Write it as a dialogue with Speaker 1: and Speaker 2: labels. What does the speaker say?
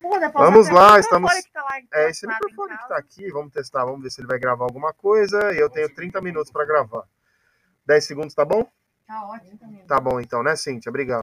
Speaker 1: poder falar.
Speaker 2: Vamos
Speaker 1: é
Speaker 2: lá,
Speaker 1: o microfone
Speaker 2: estamos-
Speaker 1: que tá lá
Speaker 2: É esse
Speaker 1: encostado em
Speaker 2: microfone que
Speaker 1: casa.
Speaker 2: tá aqui. Vamos testar, vamos ver se ele vai gravar alguma coisa. Eu tenho 30 minutos para gravar. 10 segundos, tá bom?
Speaker 1: Tá ótimo.
Speaker 2: Tá bom então, né, Cíntia? Obrigado.